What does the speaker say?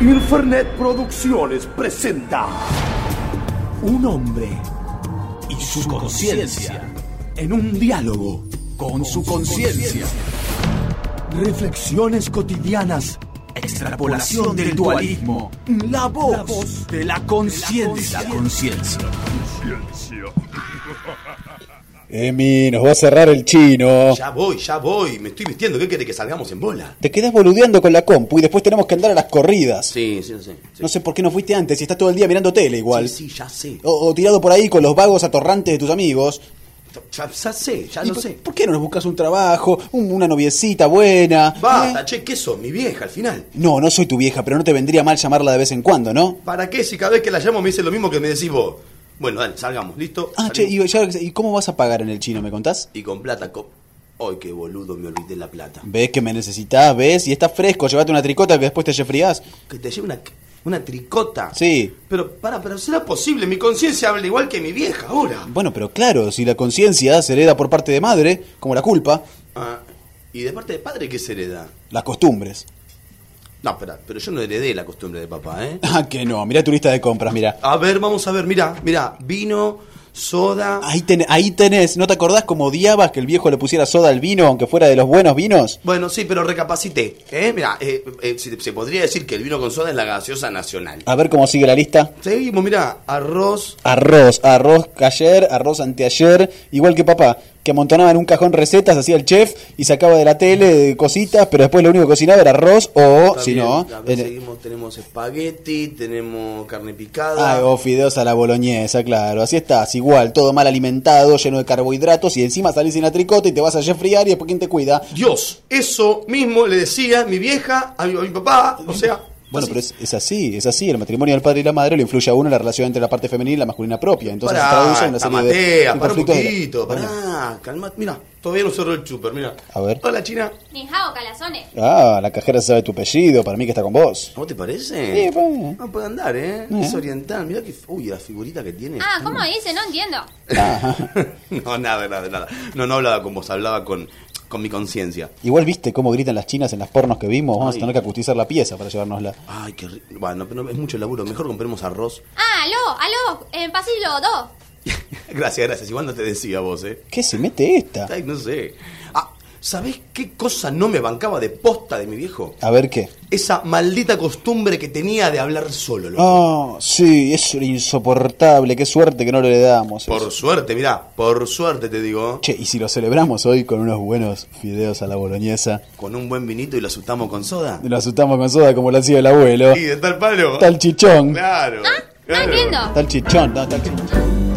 Infernet Producciones presenta Un hombre y su conciencia en un diálogo con su conciencia. Reflexiones cotidianas, extrapolación del dualismo, la voz de la conciencia. Emi, nos va a cerrar el chino. Ya voy, ya voy, me estoy vistiendo, ¿qué quiere que salgamos en bola? Te quedás boludeando con la compu y después tenemos que andar a las corridas. Sí, sí, sí. sí. No sé por qué no fuiste antes y estás todo el día mirando tele igual. Oh. Sí, sí, ya sé. O, o tirado por ahí con los vagos atorrantes de tus amigos. Ya, ya sé, ya ¿Y Ah, lo por, sé. ¿Por qué no nos buscas un trabajo, un- una noviecita buena? Basta, ¿Eh? che, ¿qué sos? Mi vieja al final. No, no soy tu vieja, pero no te vendría mal llamarla de vez en cuando, ¿no? ¿Para qué si cada vez que la llamo me dice lo mismo que me decís vos? Bueno, dale, salgamos, ¿listo? Ah, che, Salimos. y, ya- ¿y cómo vas a pagar en el chino, me contás? y... con plata, co... Ay, qué boludo, me olvidé la plata. Ves que me necesitas, ves, y estás fresco, llévate una tricota que después te refriás. Que te lleve una, una tricota. Sí. Pero, para, pero será posible, mi conciencia habla igual que mi vieja ahora. Bueno, pero claro, si la conciencia se hereda por parte de madre, como la culpa, Ah, ¿Y de parte de padre qué se hereda? las costumbres. No, espera, pero yo no heredé la costumbre de papá, ¿eh? Ah, que no, mirá tu lista de compras, mirá. A ver, vamos a ver, mira, mira, vino, soda. Ahí, ten- ahí tenés, ¿no te acordás cómo odiabas que el viejo le pusiera soda al vino, aunque fuera de los buenos vinos? Bueno, sí, pero recapacité, ¿eh? Mira, se, se podría decir que el vino con soda es la gaseosa nacional. A ver cómo sigue la lista. Seguimos, mira, arroz. Arroz, arroz ayer, arroz anteayer, igual que papá, que amontonaba en un cajón recetas, hacía el chef y sacaba de la tele eh, cositas, pero después lo único que cocinaba era arroz o, está Oh, si bien, no, a ver, el- seguimos, tenemos espagueti, tenemos carne Ah, picada. o fideos a la boloñesa, claro. Así estás, igual, todo mal alimentado, lleno de carbohidratos y encima salís sin la tricota y te vas a resfriar y después ¿quién te cuida? Dios, eso mismo le decía mi vieja a mi, a mi papá, o sea. Bueno, así. pero es, es así, es así. El matrimonio del padre y la madre le influye a uno en la relación entre la parte femenina y la masculina propia. Entonces se traduce en Pará, una serie de, Tamatea, de pará un conflictos de- poquito, Bueno, pará, calma, mira, todavía no cerró el chuper, mira. A ver. Hola, China. Ni hao, calazones. Ah, la cajera sabe tu apellido, para mí que está con vos. ¿Cómo te parece? Sí, pues. No puede andar, ¿eh? Eh. Es oriental. Mirá que. Uy, la figurita que tiene. Ah, ¿cómo dice? No entiendo. no, nada, nada, nada. No, no hablaba con vos, hablaba con, con mi conciencia. Igual viste cómo gritan las chinas en las pornos que vimos, vamos Ay. a tener que acustizar la pieza para llevárnosla. Ay, qué rico. Bueno, pero es mucho laburo. Mejor compremos arroz. Ah, aló, aló, en pasillo 2. gracias, gracias. Igual no te decía vos, ¿eh? ¿Qué se mete esta? Ay, no sé. Ah, ¿sabés qué cosa no me bancaba de posta de mi viejo? A ver qué. Esa maldita costumbre que tenía de hablar solo, loco. Ah, sí, es insoportable, qué suerte que no le damos. eso. Por suerte, mirá, por suerte te digo. Che, y si lo celebramos hoy con unos buenos fideos a la boloñesa, Con un buen vinito y lo asustamos con soda. lo asustamos con soda como lo hacía el abuelo, Y de tal palo. Ah. tal chichón, Claro. Ah, No claro. entiendo. tal chichón, no, tal chichón.